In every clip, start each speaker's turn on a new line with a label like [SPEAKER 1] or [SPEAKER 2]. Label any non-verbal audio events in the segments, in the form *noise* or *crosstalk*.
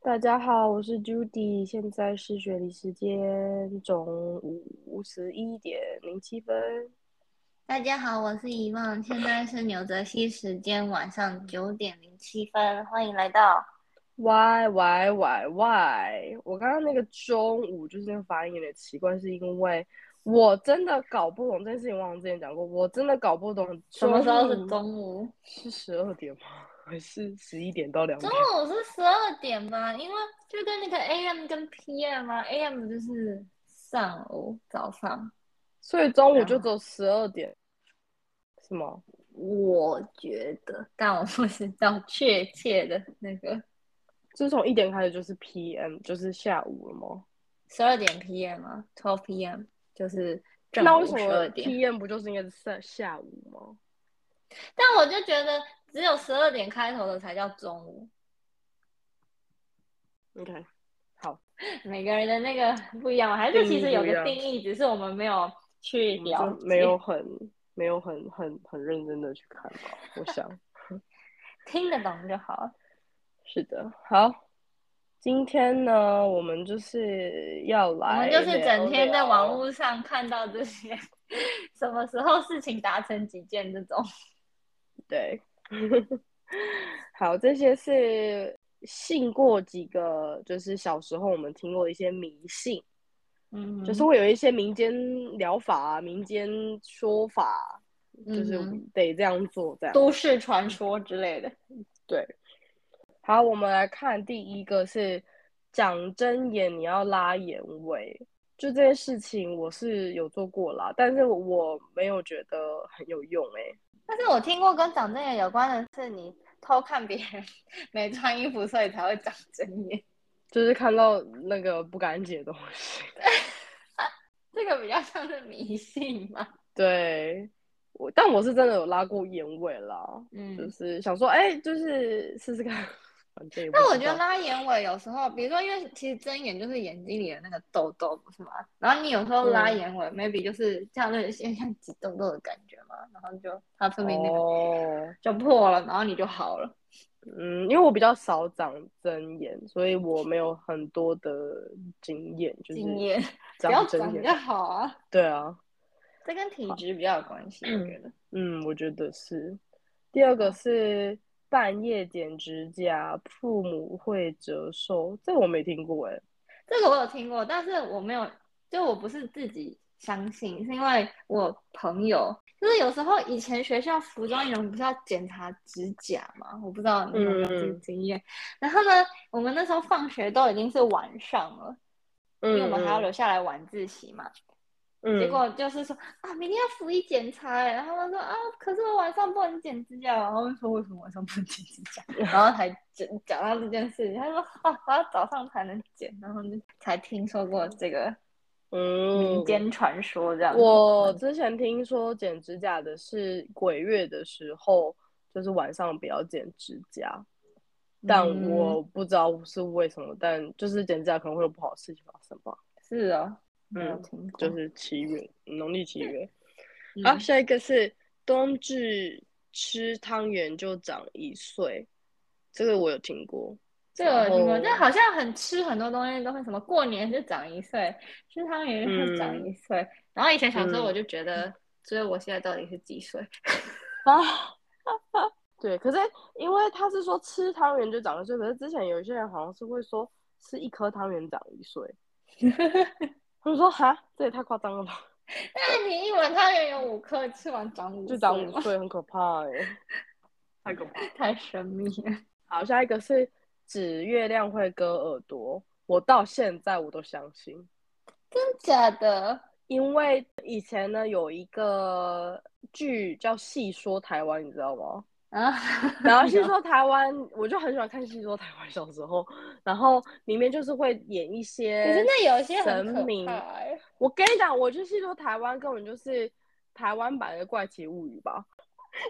[SPEAKER 1] 大家好，我是 Judy，现在是雪梨时间中午十一点零七分。
[SPEAKER 2] 大家好，我是遗忘，现在是纽泽西时间晚上九点零七分，欢迎来到。
[SPEAKER 1] 喂喂喂喂！我刚刚那个中午就是那个发音有点奇怪，是因为我真的搞不懂这件事情。我好像之前讲过，我真的搞不懂
[SPEAKER 2] 什么时候是
[SPEAKER 1] 午
[SPEAKER 2] 中午？
[SPEAKER 1] 是十二点吗？还是十一点到两
[SPEAKER 2] 中
[SPEAKER 1] 点？
[SPEAKER 2] 午是十二点吧？因为就跟那个 AM 跟 PM 啊，AM 就是上午早上。
[SPEAKER 1] 所以中午就只有十二点，是吗？
[SPEAKER 2] 我觉得，但我不知道确切的那个
[SPEAKER 1] 自从一点开始就是 PM，就是下午了吗？
[SPEAKER 2] 十二点 PM 啊，twelve PM 就是正
[SPEAKER 1] 那为什
[SPEAKER 2] 午十
[SPEAKER 1] 么
[SPEAKER 2] 二点。
[SPEAKER 1] PM 不就是应该是下下午吗？
[SPEAKER 2] 但我就觉得只有十二点开头的才叫中午，
[SPEAKER 1] 你看，好，
[SPEAKER 2] 每个人的那个不一样嘛，还是其实有个定义，只是我们没有去
[SPEAKER 1] 我
[SPEAKER 2] 了
[SPEAKER 1] 们
[SPEAKER 2] 解。
[SPEAKER 1] 就没 *laughs* 有很没有很很很认真的去看吧，我想。
[SPEAKER 2] 听得懂就好了。
[SPEAKER 1] 是的，好，今天呢，我们就是要
[SPEAKER 2] 我
[SPEAKER 1] 来
[SPEAKER 2] 们
[SPEAKER 1] 聊聊，
[SPEAKER 2] 就是整天在网络上看到这些， *laughs* 什么时候事情达成几件这种。
[SPEAKER 1] 对， *laughs* 好，这些是信过几个，就是小时候我们听过的一些迷信，
[SPEAKER 2] 嗯，
[SPEAKER 1] 就是会有一些民间疗法啊、民间说法，啊就是
[SPEAKER 2] 嗯哼
[SPEAKER 1] 得这样做这样。
[SPEAKER 2] 都市传说之类的。
[SPEAKER 1] 对，好，我们来看第一个是讲真眼，你要拉眼尾，就这件事情我是有做过啦，但是我没有觉得很有用欸诶、
[SPEAKER 2] 但是我听过跟长真眼有关的是，你偷看别人没穿衣服，所以才会长真眼。
[SPEAKER 1] 就是看到那个不干净的东西。 *laughs*
[SPEAKER 2] 这个比较像是迷信嘛。
[SPEAKER 1] 对，我但我是真的有拉过眼尾啦，就
[SPEAKER 2] 嗯，
[SPEAKER 1] 是想说，哎、就是试试看， *laughs* 反正也不
[SPEAKER 2] 但我
[SPEAKER 1] 知
[SPEAKER 2] 觉
[SPEAKER 1] 道
[SPEAKER 2] 得拉眼尾有时候，比如说，因为其实睁眼就是眼睛里的那个痘痘，不是吗？然后你有时候拉
[SPEAKER 1] 嗯
[SPEAKER 2] 眼尾、m a y b e 就是这样的现象挤痘痘的感觉嘛，然后就它说明那个
[SPEAKER 1] 哦，
[SPEAKER 2] 就破了，然后你就好了。
[SPEAKER 1] 嗯，因为我比较少长针眼，所以我没有很多的经验，就是
[SPEAKER 2] 经验不要
[SPEAKER 1] 长针
[SPEAKER 2] 长
[SPEAKER 1] 眼
[SPEAKER 2] 就。好啊，
[SPEAKER 1] 对啊，
[SPEAKER 2] 这跟体质比较有关系，我觉得。
[SPEAKER 1] 嗯，我觉得是。第二个是半夜剪指甲，父母会折寿，这我没听过哎、
[SPEAKER 2] 这个我有听过，但是我没有，就我不是自己相信，是因为我朋友，就是有时候以前学校服装仪容不是要检查指甲嘛，我不知道你有没有这个
[SPEAKER 1] 嗯
[SPEAKER 2] 经验。然后呢，我们那时候放学都已经是晚上了，因为我
[SPEAKER 1] 嗯
[SPEAKER 2] 们还要
[SPEAKER 1] 嗯
[SPEAKER 2] 留下来晚自习嘛。
[SPEAKER 1] 嗯，
[SPEAKER 2] 结果就是说啊，明天要服医检查哎，然后他们说啊，可是我晚上不能剪指甲，然后我就说为什么晚上不能剪指
[SPEAKER 1] *laughs*
[SPEAKER 2] 甲，然后才讲讲到这件事情，他说啊，我要早上才能剪，然后就才听说过这个民
[SPEAKER 1] 嗯，
[SPEAKER 2] 间嗯传说这样。
[SPEAKER 1] 我之前听说剪指甲的是鬼月的时候，就是晚上不要剪指甲，但
[SPEAKER 2] 嗯
[SPEAKER 1] 我不知道是为什么，但就是剪指甲可能会有不好的事情发生吧，
[SPEAKER 2] 是哦，没有
[SPEAKER 1] 嗯
[SPEAKER 2] 听过，
[SPEAKER 1] 就是七月，农历七月。
[SPEAKER 2] 嗯
[SPEAKER 1] 好，啊下一个是冬至吃汤圆就长一岁，这个我有听过。
[SPEAKER 2] 这个有听过，
[SPEAKER 1] 然后
[SPEAKER 2] 但好像很吃很多东西都会什么过年就长一岁，吃汤圆就长
[SPEAKER 1] 嗯
[SPEAKER 2] 一岁，然后以前小时候
[SPEAKER 1] 嗯
[SPEAKER 2] 我就觉得，所以我现在到底是几岁？
[SPEAKER 1] 啊，对，可是因为他是说吃汤圆就长一岁，可是之前有一些人好像是会说吃一颗汤圆长一岁， *laughs* 他们说哈，这也太夸张了吧，
[SPEAKER 2] 但你一碗汤圆有五颗，吃完长五
[SPEAKER 1] 就
[SPEAKER 2] 岁
[SPEAKER 1] 长五
[SPEAKER 2] 吗？
[SPEAKER 1] 岁，很可怕哎、太可怕。
[SPEAKER 2] *laughs* 太神秘了。
[SPEAKER 1] 好，下一个是指月亮会割耳朵，我到现在我都相信。
[SPEAKER 2] 真 *laughs* 假的？
[SPEAKER 1] 因为以前呢有一个剧叫《戏说台湾》，你知道吗？
[SPEAKER 2] 啊，
[SPEAKER 1] 然后《戏说台湾》，我就很喜欢看《戏说台湾》，小时候，然后里面就是会演一些，
[SPEAKER 2] 可是那有一些很
[SPEAKER 1] 神
[SPEAKER 2] 可
[SPEAKER 1] 明
[SPEAKER 2] 怕欸 *laughs*
[SPEAKER 1] 我跟你讲，我去戏说台湾根本就是台湾版的《怪奇物语》吧，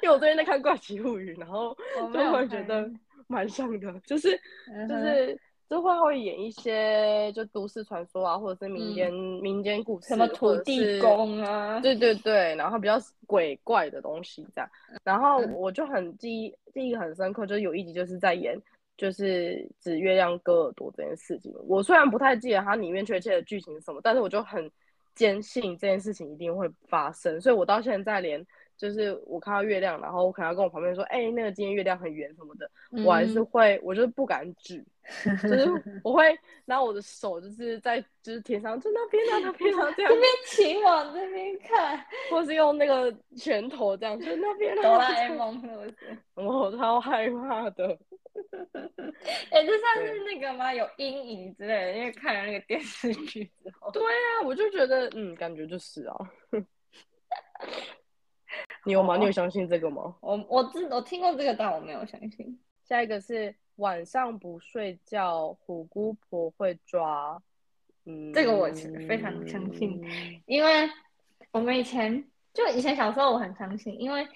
[SPEAKER 1] 因为我最近在看《怪奇物语》，然后
[SPEAKER 2] 我没
[SPEAKER 1] 就
[SPEAKER 2] 有
[SPEAKER 1] 会觉得
[SPEAKER 2] 看
[SPEAKER 1] *laughs* 蛮像的，就是
[SPEAKER 2] 嗯
[SPEAKER 1] 就
[SPEAKER 2] 哼
[SPEAKER 1] 是就会会演一些就都市传说啊，或者是民
[SPEAKER 2] 嗯
[SPEAKER 1] 间、民间故事，
[SPEAKER 2] 什么土
[SPEAKER 1] 或者
[SPEAKER 2] 地
[SPEAKER 1] 是
[SPEAKER 2] 公啊，
[SPEAKER 1] 对对对，然后比较鬼怪的东西这样。然后我就很记忆记忆很深刻，就是有一集就是在演就是指月亮割耳朵这件事情。我虽然不太记得它里面确切的剧情是什么，但是我就很坚信这件事情一定会发生，所以我到现在连就是我看到月亮，然后我可能要跟我旁边说，哎、那个今天月亮很圆什么的，
[SPEAKER 2] 嗯
[SPEAKER 1] 我还是会，我就是不敢指，就是我会拿我的手就是在就是天上，就那边啊那边啊这
[SPEAKER 2] 这 *laughs*
[SPEAKER 1] 样，
[SPEAKER 2] 边请往这边看，
[SPEAKER 1] *laughs* 或是用那个拳头这样，就那边啊
[SPEAKER 2] 哆啦 A，梦是不是？
[SPEAKER 1] 我超害怕的。
[SPEAKER 2] 哎、这算是那个吗？有阴影之类的，因为看了那个电视剧之后， *laughs*
[SPEAKER 1] 对啊，我就觉得，嗯，感觉就是啊。 *laughs* 你有吗？
[SPEAKER 2] 哦
[SPEAKER 1] 你有相信这个吗？
[SPEAKER 2] 我我知我听过这个，但我没有相信。
[SPEAKER 1] 下一个是晚上不睡觉，虎姑婆会抓。嗯，
[SPEAKER 2] 这个我是非常相信。因为我们以前就以前小时候我很相信，因为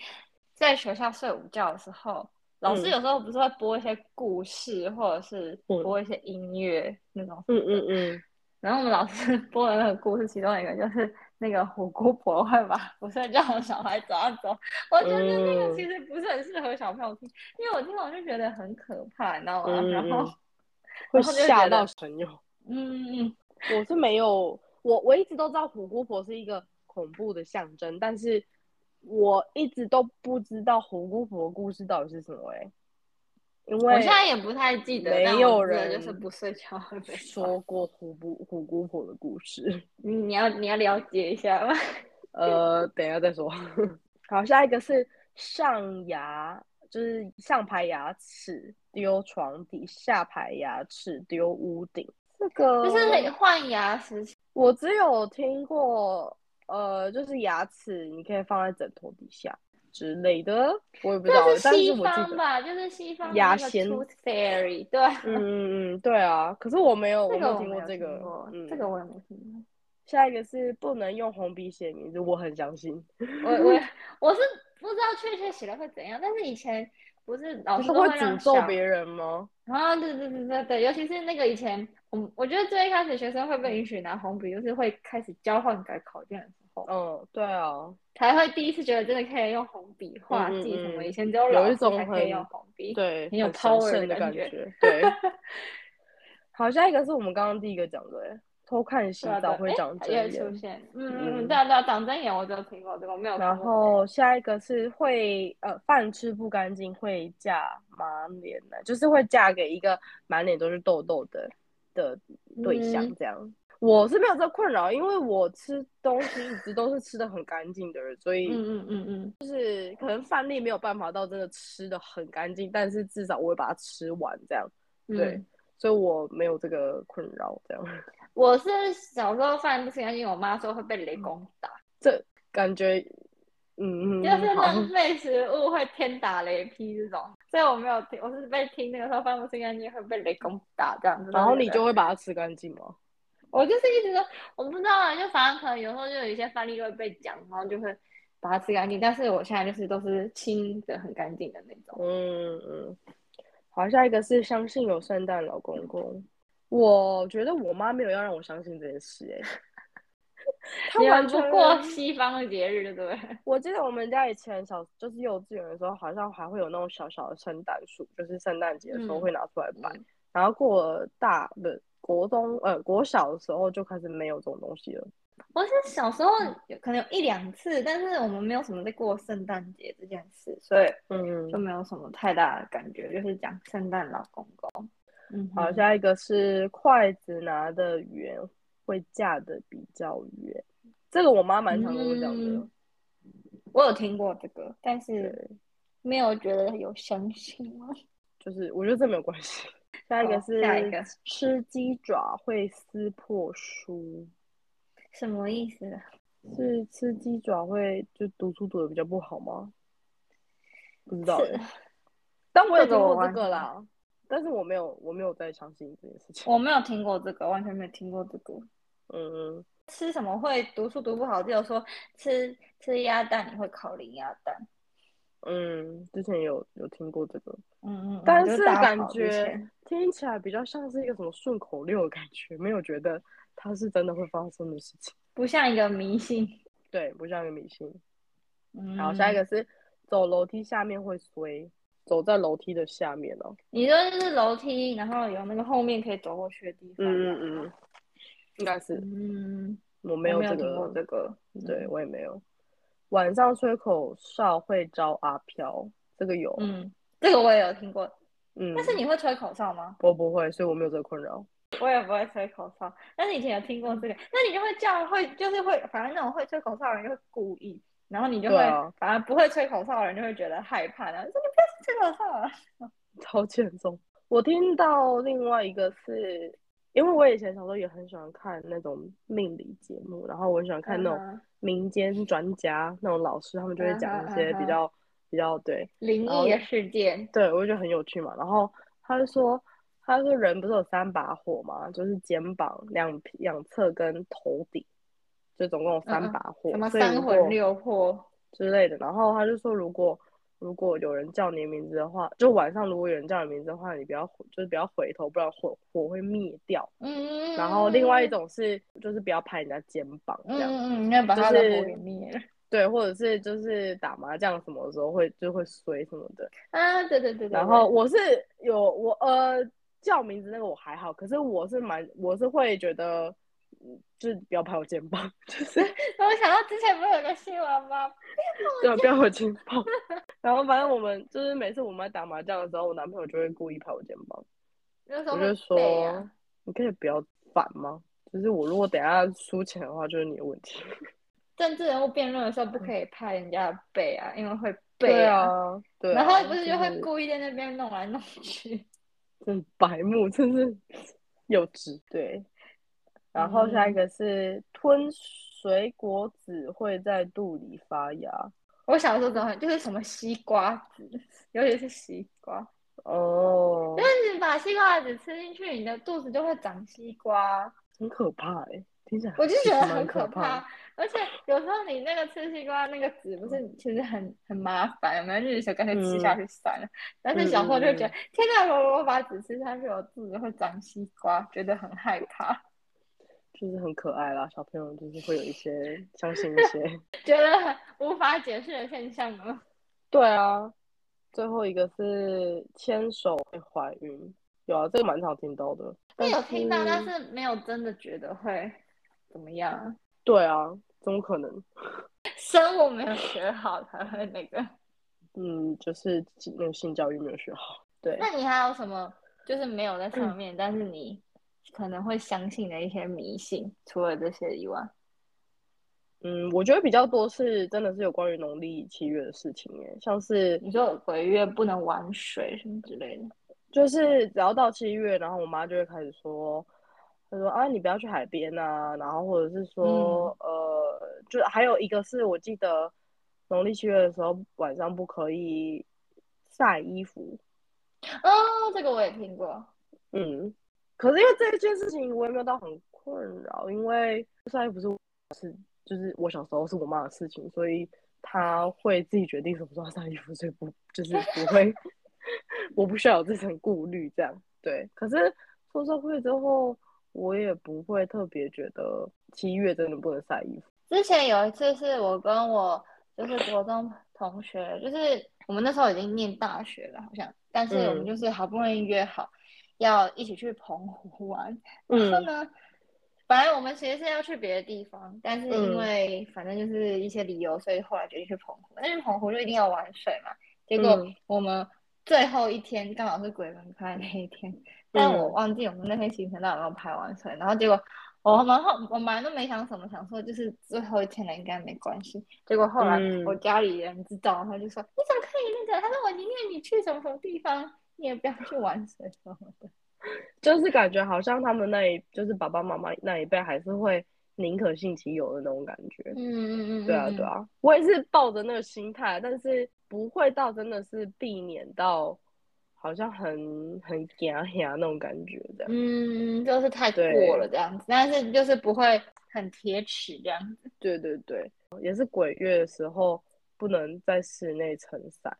[SPEAKER 2] 在学校睡午觉的时候，老师
[SPEAKER 1] 嗯
[SPEAKER 2] 有时候不是会播一些故事，或者是
[SPEAKER 1] 嗯
[SPEAKER 2] 播一些音乐那种。
[SPEAKER 1] 嗯嗯嗯，
[SPEAKER 2] 然后我们老师 *laughs* 播的那个故事，其中一个就是那个虎姑婆会把不睡觉的小孩抓走。我觉得那个
[SPEAKER 1] 嗯
[SPEAKER 2] 其实不是很适合小朋友听，因为我听完我就觉得很可怕，你知道吗？
[SPEAKER 1] 嗯
[SPEAKER 2] 然后，
[SPEAKER 1] 会
[SPEAKER 2] 然后就觉
[SPEAKER 1] 吓
[SPEAKER 2] 得
[SPEAKER 1] 到朋友。
[SPEAKER 2] 嗯嗯
[SPEAKER 1] 我是没有，我我一直都知道虎姑婆是一个恐怖的象征，但是我一直都不知道虎姑婆的故事到底是什么哎、因
[SPEAKER 2] 我
[SPEAKER 1] 为
[SPEAKER 2] 现在也不太记得，
[SPEAKER 1] 没
[SPEAKER 2] 但我
[SPEAKER 1] 有
[SPEAKER 2] 记得
[SPEAKER 1] 人
[SPEAKER 2] 就是不睡觉会被抓
[SPEAKER 1] 说过虎姑虎姑婆的故事。
[SPEAKER 2] 你你要你要了解一下吗？
[SPEAKER 1] 呃，等一下再说。 *laughs* 好，下一个是上牙，就是上排牙齿丢床底，下排牙齿丢屋顶。这个
[SPEAKER 2] *laughs* 就是换牙时期，
[SPEAKER 1] 我只有听过，呃，就是牙齿你可以放在枕头底下之类的，我也不知道，
[SPEAKER 2] 那
[SPEAKER 1] 但
[SPEAKER 2] 是
[SPEAKER 1] 是
[SPEAKER 2] 西
[SPEAKER 1] 我记
[SPEAKER 2] 方
[SPEAKER 1] 得，
[SPEAKER 2] 吧？就是西方的
[SPEAKER 1] 牙
[SPEAKER 2] 那个
[SPEAKER 1] 仙
[SPEAKER 2] tooth fairy，对，啊
[SPEAKER 1] 嗯嗯嗯，对啊，可是我没有，
[SPEAKER 2] 这
[SPEAKER 1] 没
[SPEAKER 2] 个
[SPEAKER 1] 有
[SPEAKER 2] 我
[SPEAKER 1] 听
[SPEAKER 2] 没
[SPEAKER 1] 过
[SPEAKER 2] 有
[SPEAKER 1] 这个
[SPEAKER 2] 听过，
[SPEAKER 1] 嗯，
[SPEAKER 2] 这个我也没听
[SPEAKER 1] 下一个是不能用红笔写名字，我很相信， *laughs*
[SPEAKER 2] 过。我我我是不知道确切写了会怎样，但是以前不是老
[SPEAKER 1] 可
[SPEAKER 2] 师
[SPEAKER 1] 是
[SPEAKER 2] 都
[SPEAKER 1] 会
[SPEAKER 2] 让
[SPEAKER 1] 诅咒
[SPEAKER 2] 小
[SPEAKER 1] 别人吗？
[SPEAKER 2] 啊，对对对对对，尤其是那个以前，我我觉得最一开始学生会被允许拿红笔，就是会开始交换改考卷的时候，
[SPEAKER 1] 嗯，对啊，
[SPEAKER 2] 才会第一次觉得真的可以用红笔画
[SPEAKER 1] 嗯嗯
[SPEAKER 2] 字什么。
[SPEAKER 1] 嗯
[SPEAKER 2] 以前只有
[SPEAKER 1] 有
[SPEAKER 2] 老
[SPEAKER 1] 一
[SPEAKER 2] 师
[SPEAKER 1] 种
[SPEAKER 2] 才可以
[SPEAKER 1] 很
[SPEAKER 2] 用红笔，
[SPEAKER 1] 对，
[SPEAKER 2] 很有
[SPEAKER 1] 很神
[SPEAKER 2] power
[SPEAKER 1] 圣
[SPEAKER 2] 的
[SPEAKER 1] 的
[SPEAKER 2] 感
[SPEAKER 1] 觉
[SPEAKER 2] 觉， *laughs*
[SPEAKER 1] 对。好，下一个是我们刚刚第一个讲的欸，偷看洗
[SPEAKER 2] 对啊
[SPEAKER 1] 澡
[SPEAKER 2] 对
[SPEAKER 1] 会
[SPEAKER 2] 诶
[SPEAKER 1] 长
[SPEAKER 2] 它
[SPEAKER 1] 针
[SPEAKER 2] 也
[SPEAKER 1] 眼
[SPEAKER 2] 出。现，嗯
[SPEAKER 1] 嗯
[SPEAKER 2] 嗯，对啊对啊，长针眼我只有听过这个，我没有
[SPEAKER 1] 然
[SPEAKER 2] 看过。
[SPEAKER 1] 后下一个是会呃饭吃不干净会嫁满脸男，就是会嫁给一个满脸都是痘痘的的对象
[SPEAKER 2] 嗯
[SPEAKER 1] 这样。我是没有这个困扰，因为我吃东西一直都是吃的很干净的人，所以
[SPEAKER 2] 嗯嗯嗯嗯，
[SPEAKER 1] 就是可能饭粒没有办法到真的吃的很干净，但是至少我会把它吃完这样，
[SPEAKER 2] 嗯
[SPEAKER 1] 对，所以我没有这个困扰这样。
[SPEAKER 2] 我是小时候犯不吃干净，我妈说会被雷
[SPEAKER 1] 嗯
[SPEAKER 2] 公打，
[SPEAKER 1] 感觉，嗯，
[SPEAKER 2] 就是
[SPEAKER 1] 好
[SPEAKER 2] 浪费食物会天打雷劈这种，所以我没有听，我是被听那个说犯不吃干净会被雷公打这样子。
[SPEAKER 1] 然后
[SPEAKER 2] 觉
[SPEAKER 1] 你
[SPEAKER 2] 得
[SPEAKER 1] 就会把它吃干净吗？
[SPEAKER 2] 我就是一直说，我不知道啊，就反正可能有时候就有一些范例会被讲，然后就会把它吃干净。但是我现在就是都是清的很干净的那种。
[SPEAKER 1] 嗯嗯。好，下一个是相信有圣诞老公公。我觉得我妈没有要让我相信这件事、 *laughs* 欸，哎，她
[SPEAKER 2] 你
[SPEAKER 1] 完
[SPEAKER 2] 们不
[SPEAKER 1] 全
[SPEAKER 2] 过西方的节日，对不
[SPEAKER 1] *laughs*
[SPEAKER 2] 对？
[SPEAKER 1] 我记得我们家以前小就是幼稚园的时候，好像还会有那种小小的圣诞树，就是圣诞节的时候
[SPEAKER 2] 嗯
[SPEAKER 1] 会拿出来摆。
[SPEAKER 2] 嗯
[SPEAKER 1] 然后过了大不是国中呃国小的时候就开始没有这种东西了。
[SPEAKER 2] 我是小时候有可能有一两次，但是我们没有什么在过圣诞节这件事，所以
[SPEAKER 1] 嗯
[SPEAKER 2] 就，没有什么太大的感觉，就是讲圣诞老公公。嗯哼，
[SPEAKER 1] 好，下一个是筷子拿的远会架的比较远，这个我妈蛮常跟我讲的。
[SPEAKER 2] 嗯我有听过这个，但是
[SPEAKER 1] 对，
[SPEAKER 2] 没有觉得有相信啊。
[SPEAKER 1] 就是我觉得这没有关系。下一个
[SPEAKER 2] 好
[SPEAKER 1] 是
[SPEAKER 2] 下一个
[SPEAKER 1] 吃鸡爪会撕破书，
[SPEAKER 2] *laughs* 什么意思啊？
[SPEAKER 1] 是吃鸡爪会就读书读的比较不好吗？不知道
[SPEAKER 2] 是
[SPEAKER 1] 欸，但我有听
[SPEAKER 2] 这个
[SPEAKER 1] 过
[SPEAKER 2] 我
[SPEAKER 1] 这
[SPEAKER 2] 完
[SPEAKER 1] 个
[SPEAKER 2] 全
[SPEAKER 1] 啦，但是我没有我没有再相信这件事情。
[SPEAKER 2] 我没有听过这个，完全没听过这个。
[SPEAKER 1] 嗯，
[SPEAKER 2] 吃什么会读书读不好？只有说吃吃鸭蛋你会考零鸭蛋。
[SPEAKER 1] 嗯，之前也有有听过这个，
[SPEAKER 2] 嗯嗯，嗯
[SPEAKER 1] 但
[SPEAKER 2] 就是大
[SPEAKER 1] 感
[SPEAKER 2] 考之
[SPEAKER 1] 觉
[SPEAKER 2] 前
[SPEAKER 1] 听起来比较像是一个什么顺口溜的感觉，没有觉得它是真的会发生的事情。
[SPEAKER 2] 不像一个迷信。
[SPEAKER 1] 对，不像一个迷信。
[SPEAKER 2] 嗯，
[SPEAKER 1] 然后下一个是走楼梯下面会衰，走在楼梯的下面哦、
[SPEAKER 2] 你说就是楼梯，然后有那个后面可以走过去的地
[SPEAKER 1] 嗯
[SPEAKER 2] 方。
[SPEAKER 1] 嗯嗯，应该是
[SPEAKER 2] 嗯，
[SPEAKER 1] 我没
[SPEAKER 2] 没
[SPEAKER 1] 有
[SPEAKER 2] 有
[SPEAKER 1] 这
[SPEAKER 2] 听过
[SPEAKER 1] 个，
[SPEAKER 2] 嗯这个，
[SPEAKER 1] 对我也没有。晚上吹口哨会招阿飘，这个有，
[SPEAKER 2] 嗯，这个我也有听过。
[SPEAKER 1] 嗯，
[SPEAKER 2] 但是你会吹口哨吗？
[SPEAKER 1] 我不会，所以我没有这个困扰。
[SPEAKER 2] 我也不会吹口哨，但是以前有听过这个，那你就会这样，会就是会，反正那种会吹口哨的人就会故意，然后你就会，
[SPEAKER 1] 对啊
[SPEAKER 2] 反而不会吹口哨的人就会觉得害怕，然后说你不要吹口哨啊。
[SPEAKER 1] 超欠揍。我听到另外一个是，因为我以前小时候也很喜欢看那种命理节目，然后我很喜欢看那种
[SPEAKER 2] 嗯哼
[SPEAKER 1] 民间专家、那种老师，他们就会讲一些
[SPEAKER 2] 嗯哼嗯哼
[SPEAKER 1] 比较比较对
[SPEAKER 2] 灵
[SPEAKER 1] 然后
[SPEAKER 2] 异的事件，
[SPEAKER 1] 对，我就觉得很有趣嘛。然后他就说，他就说人不是有三把火嘛，就是肩膀、两两侧跟头顶，就总共有
[SPEAKER 2] 嗯
[SPEAKER 1] 三
[SPEAKER 2] 嗯
[SPEAKER 1] 把火，
[SPEAKER 2] 什么
[SPEAKER 1] 所以如
[SPEAKER 2] 三
[SPEAKER 1] 果
[SPEAKER 2] 魂六魄，
[SPEAKER 1] 之类的。然后他就说，如果如果有人叫你的名字的话，就晚上如果有人叫你名字的话，你不要就是不要回头，不然火火会灭掉。
[SPEAKER 2] 嗯，
[SPEAKER 1] 然后另外一，种是就是不要拍人家肩膀这
[SPEAKER 2] 嗯
[SPEAKER 1] 样，
[SPEAKER 2] 嗯嗯，要把
[SPEAKER 1] 就
[SPEAKER 2] 他的
[SPEAKER 1] 是
[SPEAKER 2] 火给灭了。
[SPEAKER 1] 对，或者是就是打麻将什么的时候会就会衰什么的。
[SPEAKER 2] 啊，对对对对。
[SPEAKER 1] 然后我是有我呃叫名字那个我还好，可是我是蛮我是会觉得。嗯就是不要拍我肩膀， *laughs* 就是
[SPEAKER 2] 对我想到之前不是有个新闻吗？
[SPEAKER 1] 对，啊不
[SPEAKER 2] *laughs*
[SPEAKER 1] 要我肩膀。 *laughs* 然后反正我们就是每次我们在打麻将的时候，我男朋友就会故意拍我肩膀，
[SPEAKER 2] 那时候
[SPEAKER 1] 我就
[SPEAKER 2] 会
[SPEAKER 1] 说
[SPEAKER 2] 背啊，：“
[SPEAKER 1] 你可以不要烦吗？就是我如果等一下输钱的话，就是你的问题。 *laughs*
[SPEAKER 2] 政治人物辩论的时候不可以拍人家的背啊，因为会”背
[SPEAKER 1] 对。啊，对啊。
[SPEAKER 2] 然后不是就会
[SPEAKER 1] 是
[SPEAKER 2] 故意在那边弄来弄去。
[SPEAKER 1] 真白目，真是幼稚。对，然后下一个是吞水果籽会在肚里发芽。
[SPEAKER 2] 我小时候总会就是什么西瓜子，尤其是西瓜，
[SPEAKER 1] 哦，
[SPEAKER 2] 就是你把西瓜子吃进去，你的肚子就会长西瓜。
[SPEAKER 1] 很可怕哎、听 *laughs* 起来
[SPEAKER 2] 我就觉得
[SPEAKER 1] 蛮
[SPEAKER 2] 很
[SPEAKER 1] 可
[SPEAKER 2] 可
[SPEAKER 1] 怕
[SPEAKER 2] 怕
[SPEAKER 1] 的。，
[SPEAKER 2] 而且有时候你那个吃西瓜那个籽不
[SPEAKER 1] 嗯
[SPEAKER 2] 是其实很很麻烦，有没有？就是想干脆吃下去算了。但
[SPEAKER 1] 嗯
[SPEAKER 2] 是小时候就觉得，天哪！我我把籽吃下去，我肚子会长西瓜，觉得很害怕， *laughs*
[SPEAKER 1] 就是很可爱啦，小朋友就是会有一 *laughs* 些相信一些。
[SPEAKER 2] 觉得很无法解释的现象哦呢。
[SPEAKER 1] 对啊，最后一个是牵手会怀孕，有啊，这个蛮常听到的。
[SPEAKER 2] 但
[SPEAKER 1] 但
[SPEAKER 2] 有听到，但
[SPEAKER 1] 哦是
[SPEAKER 2] 是没有真的觉得会怎么样。
[SPEAKER 1] 对啊，怎么可能？
[SPEAKER 2] 生物没有学好才会那个。
[SPEAKER 1] 嗯，就是那个性教育没有学好。对，嗯
[SPEAKER 2] 那你还有什么就是没有在上面，但是你可能会相信的一些迷信？除了这些以外，
[SPEAKER 1] 嗯，我觉得比较多是真的是有关于农历七月的事情耶，像是
[SPEAKER 2] 你说鬼月不能玩水什么之类的，
[SPEAKER 1] 就是只要到七月，然后我妈就会开始说，她说啊，你不要去海边啊，然后或者是说，呃，就还有一个是我记得农历七月的时候晚上不可以晒衣服，
[SPEAKER 2] 哦，这个我也听过。
[SPEAKER 1] 嗯，可是因为这件事情我也没有到很困扰，因为晒衣服是我是就是我小时候是我妈的事情，所以她会自己决定什么时候要晒衣服，所以不就是不会， *laughs* 我不需要有这层顾虑，这样对。可是出社会之后，我也不会特别觉得七月真的不能晒衣服，
[SPEAKER 2] 之前有一次是我跟我就是国中同学，就是我们那时候已经念大学了，好像，但是我们
[SPEAKER 1] 嗯
[SPEAKER 2] 就是好不容易约好要一起去澎湖玩，然后
[SPEAKER 1] 嗯
[SPEAKER 2] 呢，本来我们其实是要去别的地方，但是因
[SPEAKER 1] 嗯
[SPEAKER 2] 为反正就是一些理由，所以后来决定去澎湖。但是澎湖就一定要玩水嘛，结果
[SPEAKER 1] 嗯
[SPEAKER 2] 我们最后一天刚好是鬼门开那一天，但
[SPEAKER 1] 嗯
[SPEAKER 2] 我忘记我们那天行程到底有没有排完水，然后结果。我们后我本来都没想什么，想说就是最后一天了，应该没关系。结果后来
[SPEAKER 1] 嗯
[SPEAKER 2] 我家里人知道，他就说：“你怎么可以那个？”他说：“我宁愿你去什么什么地方，你也不要去玩水什么的。”
[SPEAKER 1] *laughs* 就是感觉好像他们那一就是爸爸妈妈那一辈还是会宁可信其有的那种感觉，
[SPEAKER 2] 嗯嗯嗯，
[SPEAKER 1] *laughs* 对啊，
[SPEAKER 2] 嗯
[SPEAKER 1] 对。啊，我也是抱着那个心态，但是不会到真的是避免到好像很很牙牙那种感觉这样。
[SPEAKER 2] 嗯，就是太过
[SPEAKER 1] 对
[SPEAKER 2] 了这样子，但是就是不会很铁齿这样子。
[SPEAKER 1] 对对对，也是鬼月的时候不能在室内撑伞，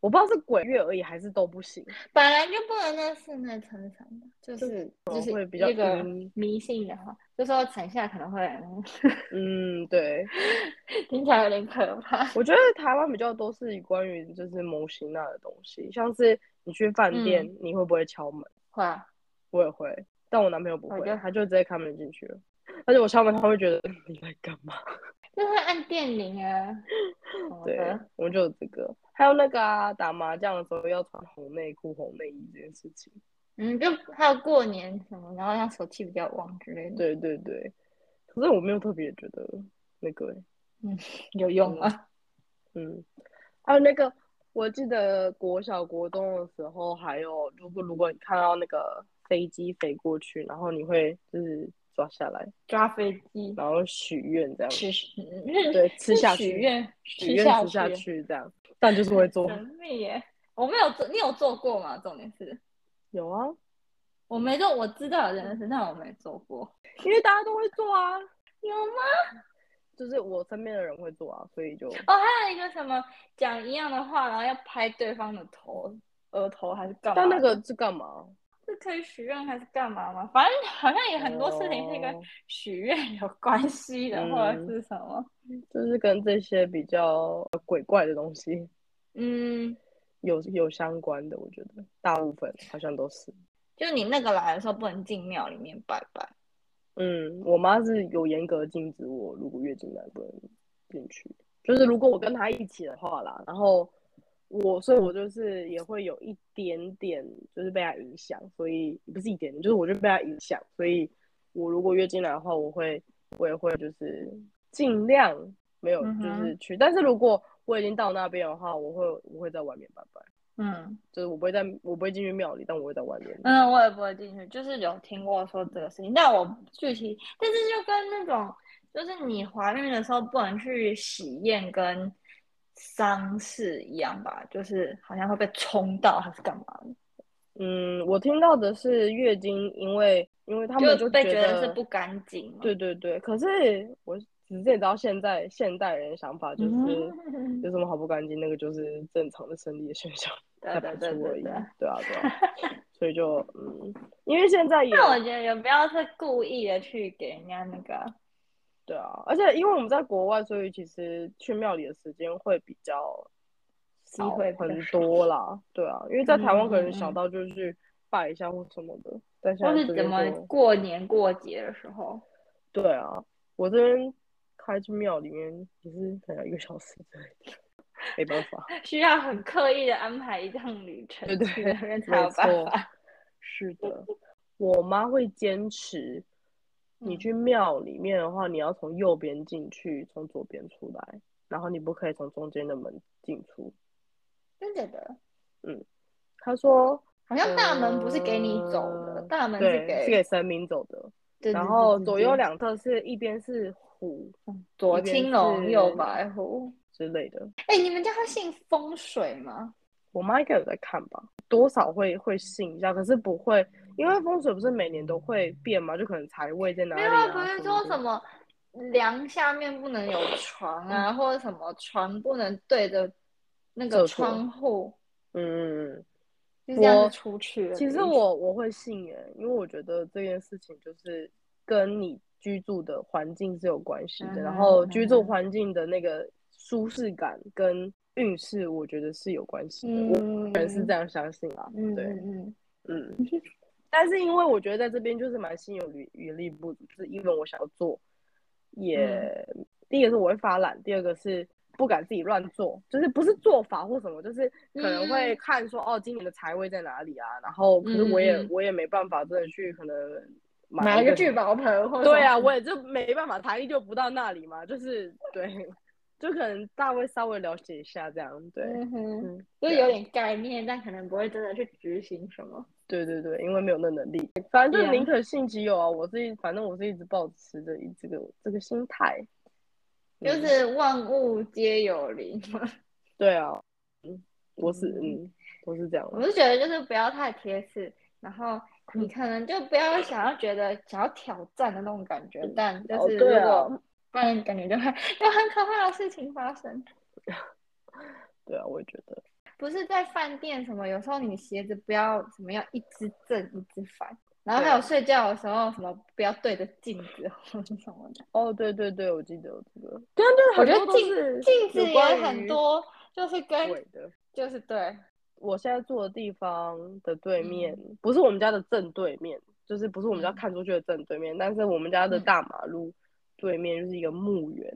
[SPEAKER 1] 我不知道是鬼月而已还是都不行，
[SPEAKER 2] 本来就不能在室内撑伞的，就是
[SPEAKER 1] 就
[SPEAKER 2] 就是
[SPEAKER 1] 会比较
[SPEAKER 2] 那个
[SPEAKER 1] 晕
[SPEAKER 2] 迷信的话，就说伞下可能会嗯
[SPEAKER 1] 嗯，对，
[SPEAKER 2] 听起来有点可怕。
[SPEAKER 1] 我觉得台湾比较多是关于就是模型那的东西，像是你去饭
[SPEAKER 2] 嗯
[SPEAKER 1] 店，你会不会敲门？
[SPEAKER 2] 会啊，
[SPEAKER 1] 我也会，但我男朋友不
[SPEAKER 2] 我
[SPEAKER 1] 会
[SPEAKER 2] 哦就，
[SPEAKER 1] 他就直接开门进去了。而且我敲门，他会觉得 *laughs* 嗯你在干嘛？
[SPEAKER 2] 就是会按电铃啊什么
[SPEAKER 1] 对
[SPEAKER 2] 的。，
[SPEAKER 1] 我们就有这个，还有那个啊，打麻将的时候要穿红内裤、红内衣这件事情。
[SPEAKER 2] 嗯，就还有过年什么，然后让手气比较旺之类的，
[SPEAKER 1] 对对对，可是我没有特别觉得那个欸、
[SPEAKER 2] 有用吗？
[SPEAKER 1] 嗯，还有那个，我记得国小国中的时候，还有如果如果你看到那个飞机飞过去，然后你会就是抓下来，
[SPEAKER 2] 抓飞机，
[SPEAKER 1] 然后许愿这样，
[SPEAKER 2] *laughs* 吃嗯
[SPEAKER 1] 对，吃
[SPEAKER 2] 是
[SPEAKER 1] 下
[SPEAKER 2] 许
[SPEAKER 1] 去，
[SPEAKER 2] 愿，
[SPEAKER 1] 许
[SPEAKER 2] 吃
[SPEAKER 1] 愿
[SPEAKER 2] 下
[SPEAKER 1] 吃下
[SPEAKER 2] 去
[SPEAKER 1] 去这样，但就是会做。
[SPEAKER 2] 神秘耶！我没有做，你有做过吗？重点是
[SPEAKER 1] 有啊，
[SPEAKER 2] 我没做，我知道有这件事，但我没做过。
[SPEAKER 1] 因为大家都会做啊，
[SPEAKER 2] 有吗？
[SPEAKER 1] 就是我身边的人会做啊，所以就
[SPEAKER 2] 哦，还有一个什么讲一样的话，然后要拍对方的头、额头还是干嘛
[SPEAKER 1] 但
[SPEAKER 2] 的？
[SPEAKER 1] 那个是干嘛？
[SPEAKER 2] 是可以许愿还是干嘛吗？反正好像有很多事情是跟
[SPEAKER 1] 哦
[SPEAKER 2] 许愿有关系的，
[SPEAKER 1] 嗯
[SPEAKER 2] 或者是什么。
[SPEAKER 1] 就是跟这些比较鬼怪的东西
[SPEAKER 2] 嗯，
[SPEAKER 1] 有有相关的，我觉得大部分好像都是。
[SPEAKER 2] 就你那个来的时候不能进庙里面拜拜。
[SPEAKER 1] 嗯，我妈是有严格禁止我，如果月经来不能进去，就是如果我跟她一起的话啦，然后我，所以我就是也会有一点点就是被她影响，所以不是一点点，就是我就被她影响，所以我如果月经来的话，我会我也会就是尽量没有
[SPEAKER 2] 嗯
[SPEAKER 1] 就
[SPEAKER 2] 哼
[SPEAKER 1] 是去，但是如果我已经到那边的话，我会我会在外面拜拜，
[SPEAKER 2] 嗯
[SPEAKER 1] 就是我不会在我不会进去庙里，但我会在外面。
[SPEAKER 2] 嗯，我也不会进去，就是有听过说这个事情，但我具体，但是就跟那种，就是你怀孕的时候不能去喜宴跟丧事一样吧，就是好像会被冲到还是干嘛的，
[SPEAKER 1] 嗯，我听到的是月经，因为因为他们
[SPEAKER 2] 就
[SPEAKER 1] 就
[SPEAKER 2] 被
[SPEAKER 1] 觉
[SPEAKER 2] 得是
[SPEAKER 1] 得
[SPEAKER 2] 不干净嘛。
[SPEAKER 1] 对对对，可是我只是也知道现在现代人的想法就是、
[SPEAKER 2] 嗯
[SPEAKER 1] 有什么好不干净，那个就是正常的生理的现象，
[SPEAKER 2] *laughs* 对
[SPEAKER 1] 才
[SPEAKER 2] 对
[SPEAKER 1] 排
[SPEAKER 2] 对
[SPEAKER 1] 出而
[SPEAKER 2] 对
[SPEAKER 1] 已。
[SPEAKER 2] 对。
[SPEAKER 1] 对啊，对啊，所以就嗯，因为现在也
[SPEAKER 2] 但我觉得也不要是故意的去给人家那个，
[SPEAKER 1] *laughs* 对啊，而且因为我们在国外，所以其实去庙里的时间会比较
[SPEAKER 2] 机
[SPEAKER 1] 少
[SPEAKER 2] 会比较
[SPEAKER 1] 很
[SPEAKER 2] 少
[SPEAKER 1] 多啦。对啊，因为在台湾可
[SPEAKER 2] 嗯嗯
[SPEAKER 1] 能小到就是去拜一下或什么的，但现
[SPEAKER 2] 或
[SPEAKER 1] 在
[SPEAKER 2] 是
[SPEAKER 1] 这
[SPEAKER 2] 怎
[SPEAKER 1] 边
[SPEAKER 2] 么
[SPEAKER 1] 就
[SPEAKER 2] 过年过节的时候，
[SPEAKER 1] 对啊，我这边开去庙里面也是可能一个小时之类的，没办
[SPEAKER 2] *laughs*
[SPEAKER 1] 法，
[SPEAKER 2] 需要很刻意的安排一趟旅程
[SPEAKER 1] 对对
[SPEAKER 2] 去那边才
[SPEAKER 1] 没
[SPEAKER 2] 有办
[SPEAKER 1] 错
[SPEAKER 2] *laughs* 法。，
[SPEAKER 1] 是
[SPEAKER 2] *laughs*
[SPEAKER 1] 的。我妈会坚持，你
[SPEAKER 2] 嗯
[SPEAKER 1] 去庙里面的话，你要从右边进去，从左边出来，然后你不可以从中间的门进出。
[SPEAKER 2] 真的假的？
[SPEAKER 1] 她说，
[SPEAKER 2] 好像大门不是给你走的，
[SPEAKER 1] 嗯
[SPEAKER 2] 大门是
[SPEAKER 1] 对，是
[SPEAKER 2] 给
[SPEAKER 1] 给神明走的。
[SPEAKER 2] 对
[SPEAKER 1] 然
[SPEAKER 2] 对
[SPEAKER 1] 后
[SPEAKER 2] 对
[SPEAKER 1] 左
[SPEAKER 2] 对
[SPEAKER 1] 右
[SPEAKER 2] 对嗯
[SPEAKER 1] 两侧是一边是虎
[SPEAKER 2] 左
[SPEAKER 1] 一边
[SPEAKER 2] 青龙
[SPEAKER 1] 是
[SPEAKER 2] 右白虎。
[SPEAKER 1] 之类的。
[SPEAKER 2] 哎、你们家会信风水吗？
[SPEAKER 1] 我妈应该有在看吧，多少会会信一下，可是不会，因为风水不是每年都会变嘛，就可能财位在哪
[SPEAKER 2] 没
[SPEAKER 1] 里、
[SPEAKER 2] 有
[SPEAKER 1] 啊
[SPEAKER 2] 啊，。不是
[SPEAKER 1] 么
[SPEAKER 2] 说
[SPEAKER 1] 的
[SPEAKER 2] 什么梁下面不能有床啊，或者什么床不能对着那个
[SPEAKER 1] 嗯厕所
[SPEAKER 2] 窗户。
[SPEAKER 1] 嗯嗯嗯。
[SPEAKER 2] 就这样
[SPEAKER 1] 我
[SPEAKER 2] 子出去了。
[SPEAKER 1] 其实我我会信耶，因为我觉得这件事情就是跟你居住的环境是有关系
[SPEAKER 2] 嗯
[SPEAKER 1] 的，
[SPEAKER 2] 哼
[SPEAKER 1] 然后居住
[SPEAKER 2] 嗯哼
[SPEAKER 1] 环境的那个舒适感跟运势，我觉得是有关系的。我
[SPEAKER 2] 嗯，
[SPEAKER 1] 个人是这样相信啊，
[SPEAKER 2] 嗯，
[SPEAKER 1] 对
[SPEAKER 2] 嗯嗯
[SPEAKER 1] 嗯，但是因为我觉得在这边就是蛮心有余余力不足，就是因为我想要做，也、
[SPEAKER 2] 嗯
[SPEAKER 1] 第一个是我会发懒，第二个是不敢自己乱做，就是不是做法或什么，就是可能会
[SPEAKER 2] 嗯
[SPEAKER 1] 看说、哦，今年的财位在哪里啊，然后可是我也、
[SPEAKER 2] 嗯嗯
[SPEAKER 1] 我也没办法真的去可能买
[SPEAKER 2] 买
[SPEAKER 1] 一
[SPEAKER 2] 一个聚宝盆或者
[SPEAKER 1] 对啊，
[SPEAKER 2] 什么
[SPEAKER 1] 我也就没办法，财力就不到那里嘛，就是对， *laughs* 就可能大概稍微了解一下这样，对，
[SPEAKER 2] 嗯哼，
[SPEAKER 1] 嗯，
[SPEAKER 2] 就是
[SPEAKER 1] 对啊
[SPEAKER 2] 有点概念，但可能不会真的去执行什么。
[SPEAKER 1] 对对对，因为没有那能力，反正就
[SPEAKER 2] Yeah
[SPEAKER 1] 宁可信其有啊。我是一，反正我是一直保持着一这个这个心态，
[SPEAKER 2] 就
[SPEAKER 1] 嗯
[SPEAKER 2] 是万物皆有灵嘛，
[SPEAKER 1] 对啊，嗯，我是
[SPEAKER 2] 嗯
[SPEAKER 1] 嗯，我是这样
[SPEAKER 2] 我
[SPEAKER 1] 的，
[SPEAKER 2] 是觉得就是不要太贴切，然后你可能就不要想要觉得想要挑战的那种感觉，但就
[SPEAKER 1] 哦
[SPEAKER 2] 是如
[SPEAKER 1] 对啊
[SPEAKER 2] 果不然感觉就会有很可怕的事情发生。
[SPEAKER 1] 对啊，我也觉得，
[SPEAKER 2] 不不是在饭店什么，有时候你鞋子不要什么要一只正一只反，然后还有
[SPEAKER 1] 对
[SPEAKER 2] 睡觉的时候什么不要对着镜子或者什么的。
[SPEAKER 1] 哦，对对对，我记得有这个。对啊，对，
[SPEAKER 2] 我觉
[SPEAKER 1] 很多
[SPEAKER 2] 得
[SPEAKER 1] 都
[SPEAKER 2] 镜
[SPEAKER 1] 是
[SPEAKER 2] 镜子
[SPEAKER 1] 有关
[SPEAKER 2] 也
[SPEAKER 1] 于
[SPEAKER 2] 很多，就是
[SPEAKER 1] 鬼
[SPEAKER 2] 跟
[SPEAKER 1] 的。
[SPEAKER 2] 就是对，
[SPEAKER 1] 我现在住的地方的对面，不是我们家的正对面，就是不是我们家
[SPEAKER 2] 嗯
[SPEAKER 1] 看出去的正对面，但是我们家的
[SPEAKER 2] 嗯
[SPEAKER 1] 大马路对面就是一个墓园。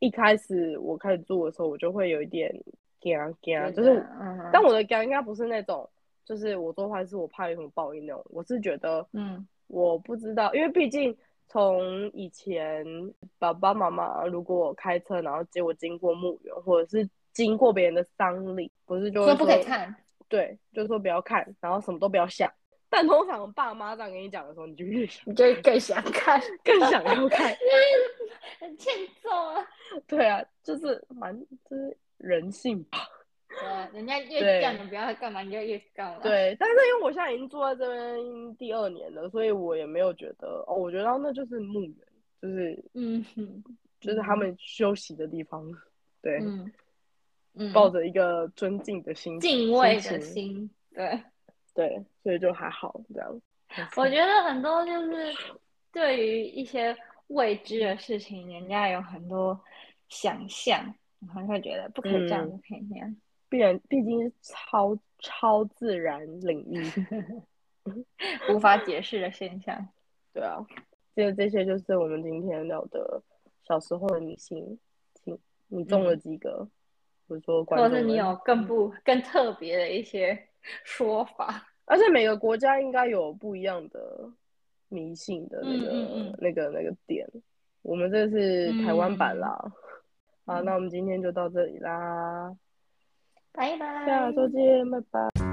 [SPEAKER 1] 一开始我开始住的时候，我就会有一点惊
[SPEAKER 2] 觉
[SPEAKER 1] 惊，啊就
[SPEAKER 2] 得
[SPEAKER 1] 是
[SPEAKER 2] 嗯
[SPEAKER 1] 但我的尴尬不是那种，就是我做坏事我怕有什么报应那种，我是觉得
[SPEAKER 2] 嗯
[SPEAKER 1] 我不知道，因为毕竟从以前爸爸妈妈如果开车，然后结果经过墓园或者是经过别人的丧礼，不是就会
[SPEAKER 2] 说不可以
[SPEAKER 1] 说，
[SPEAKER 2] 看，
[SPEAKER 1] 对，就说不要看，然后什么都不要想。但通常爸妈这样跟你讲的时候，你就越想
[SPEAKER 2] 你就会更想看，
[SPEAKER 1] 更想要看。 *laughs*
[SPEAKER 2] 很 *laughs* 欠揍啊！
[SPEAKER 1] 对啊，就是蛮就是人性吧。
[SPEAKER 2] 对啊，人家越
[SPEAKER 1] 对
[SPEAKER 2] 叫你不要干嘛，你就越干嘛。，
[SPEAKER 1] 对，但是因为我现在已经住在这边第二年了，所以我也没有觉得哦，我觉得那就是墓园，就是
[SPEAKER 2] 嗯哼
[SPEAKER 1] 就是他们休息的地方，对，
[SPEAKER 2] 嗯嗯，
[SPEAKER 1] 抱着一个尊敬的心
[SPEAKER 2] 敬畏的
[SPEAKER 1] 情，
[SPEAKER 2] 心，对。
[SPEAKER 1] 对，所以就还好这样。
[SPEAKER 2] 我觉得很多就是对于一些未知的事情，人家有很多想象，然后会觉得不可以这样，
[SPEAKER 1] 嗯
[SPEAKER 2] 不可以那样。
[SPEAKER 1] 必然，毕竟是超超自然领域，
[SPEAKER 2] 无法解释的现象。
[SPEAKER 1] 对啊，这这些就是我们今天聊的小时候的迷信，请你中了几个？我说观
[SPEAKER 2] 或
[SPEAKER 1] 众
[SPEAKER 2] 嗯者是你
[SPEAKER 1] 们
[SPEAKER 2] 有更不更特别的一些说法，
[SPEAKER 1] 而且每个国家应该有不一样的迷信的那个、
[SPEAKER 2] 嗯嗯嗯
[SPEAKER 1] 那个那个点。我们这是台湾版啦。好，
[SPEAKER 2] 嗯
[SPEAKER 1] 那我们今天就到这里啦，
[SPEAKER 2] 拜拜。
[SPEAKER 1] 下周见，拜拜。